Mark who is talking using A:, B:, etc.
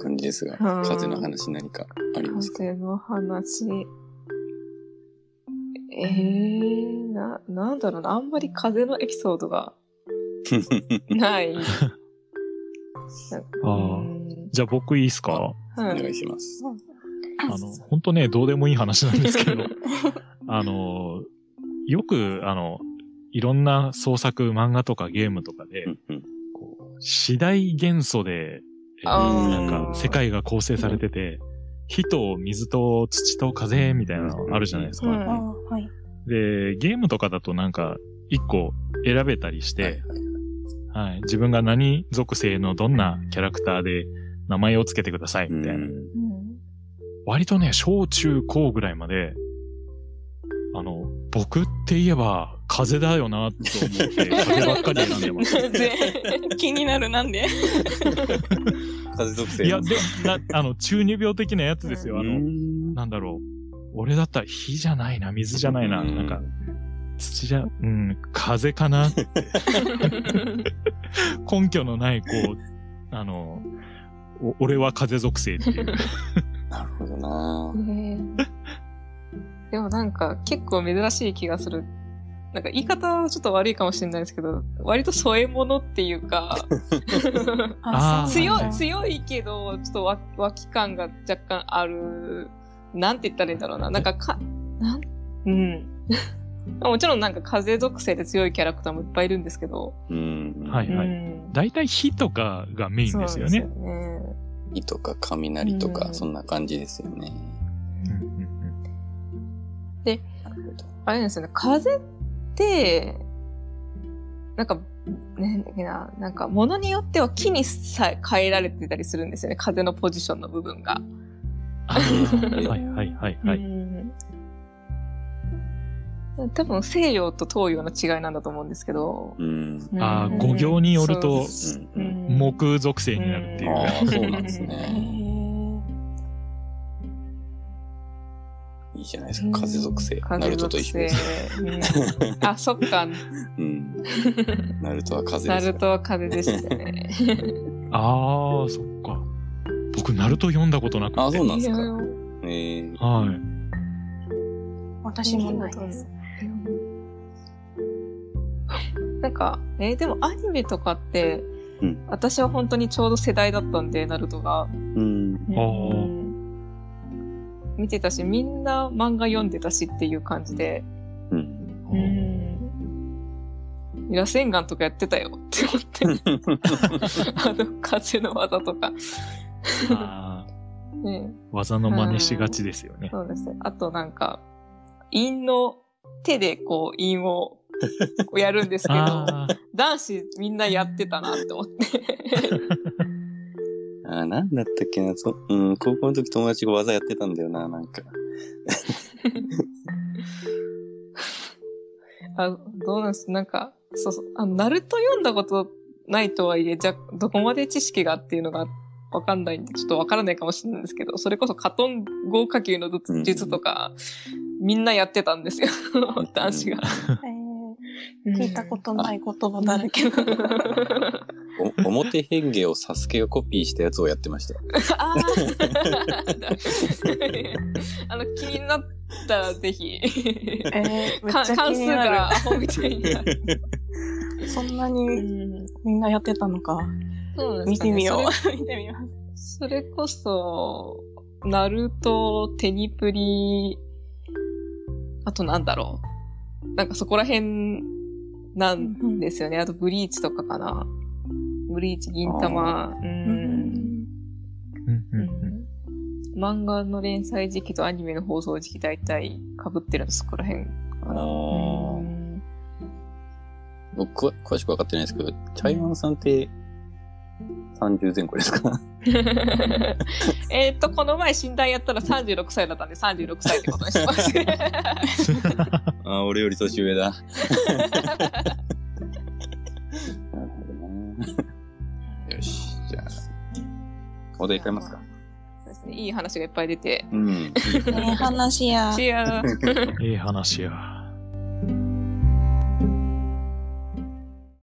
A: 感じですが、
B: うん
A: 風の話何かありますか
B: 風の話。えー、な、なんだろうな。あんまり風のエピソードがない。なんか
C: あーじゃあ僕いいっすか
B: うん
A: お
B: は
A: 願
B: い。
A: いします。
C: あの、本当ね、どうでもいい話なんです けど、あの、よく、あの、いろんな創作、漫画とかゲームとかで
A: う、んうん
C: こう次第元素で、えー
B: あ
A: ー
C: なんか世界が構成されてて、火と水と土と風みたいなのあるじゃないですか。
B: うん
D: ああ、はい。
C: で、ゲームとかだとなんか一個選べたりして、
A: はいはい
C: はい、自分が何属性のどんなキャラクターで名前をつけてくださいみたいな。
A: うん
D: うん。
C: 割とね、小中高ぐらいまで、あの、僕って言えば風だよなと思って、風ばっかり選んで ます。
D: 全然気になる、なんで。
A: 風属性
C: いや、でも、な、あの、中二病的なやつですよ。あの、
A: の、
C: なんだろう。俺だったら火じゃないな、水じゃないな、
A: うん
C: なんか、土じゃ、うん、風かな。根拠のない、こう、あの、お俺は風属性っていう。
A: なるほどな
B: ねえでもなんか結構珍しい気がする。なんか言い方はちょっと悪いかもしれないですけど、割と添え物っていうか、
C: あー
D: そうな
B: 強
D: んだ
B: い、強いけど、ちょっとわ脇感が若干ある。なんて言ったらいいんだろうな。なんかか、なん、うん。 もちろんなんか風属性で強いキャラクターもいっぱいいるんですけど。
A: うん。
C: はいは
B: うん
C: 大体火とかがメイン
B: そうな
C: で
B: ん
C: す
B: で
C: よ
B: す
C: ね
B: よ。ね。
A: 火とか雷と
B: う
A: か、
B: ん
A: そんな感じですよね。
C: うんうん
A: なるほど。
B: あれなんですよね、風って、なんか、ね、ななんか、物によっては木にさえ変えられてたりするんですよね、風のポジションの部分が。
C: あーはいはいはいは
B: う
C: い。
B: ん多分西洋と東洋の違いなんだと思うんですけど。
A: うん。
C: あー
B: うん
C: 五行によると
B: そう
A: うんうん
B: うん
C: 木属性になるっていう。
A: ああ、そうなんです
D: へ
A: ね。
D: ー
A: いいじゃないですか。風属性。ナルトと一緒です。
B: 風属性うんあ、そっか。
A: うん。ナルトは風
B: ナ
A: です
B: ル
A: か
B: トは風でしたね。
C: ああ、そっか。僕、ナルト読んだことなくて。
A: ら。あ、そうなんです
B: いや
A: か。えー、
C: はい。
D: 私もないです。
B: なんか、えーでもアニメとかって、
A: うん
B: 私は本当にちょうど世代だったんで、ナルトが。
A: うん。
C: あー
B: うん見てたし、みんな漫画読んでたしっていう感じで、
A: うん。
B: 螺旋岩とかやってたよって思って、あの風の技とか。
C: あー
B: ね
C: 技の真似しがちですよね。
B: そうですね。あとなんか、陰の手でこう陰をこうやるんですけど、
C: ああ、
B: 男子みんなやってたなって思って。
A: あー、なんだったっけな。そうん、高校の時友達が技やってたんだよな、なんか。
B: あどうなんですなんか、そうそう。あの、ナルト読んだことないとはいえ、じゃ、どこまで知識がっていうのがわかんないんで、ちょっとわからないかもしれないんですけど、それこそカトン豪華級の術術とか、みんなやってたんですよ。男子が。
D: えー聞いたことない言葉だら
B: け
D: け
B: ど。
A: お 表変化をサスケがコピーしたやつをやってました。
B: あー あの、気になったらぜひ。
D: えー、めっ
B: か
D: ちゃ
B: 関
D: 気
B: 数
D: にな
B: が
D: る。
B: アホみたいになる。
D: そんなにみんなやってたのか。
B: そうなんで
D: 見
B: すかね
D: てみよう。見てみます。
B: それこそ、ナルト、テニプリ、あとなんだろう。なんかそこら辺なんですよね。あとブリーチとかかな。ブリーチ、銀玉。う。
D: うんん
C: うんうんうん
B: 漫画の連載時期とアニメの放送時期大体被ってるのそこら辺かな。
A: あ
B: うん
A: 僕は詳しく分かってないですけど、チャイマンさんって30前後ですか
B: えっと、この前診断やったら36歳だったんで36歳ってことにし ます。
A: あ俺より年上 だ。なるほどな。よし、じ ゃあ、お題変えますか。
B: そ うですね。いい話がいっぱい出て。
A: うん。
B: 啊
D: ええ話や。
B: チア
C: ええ話や。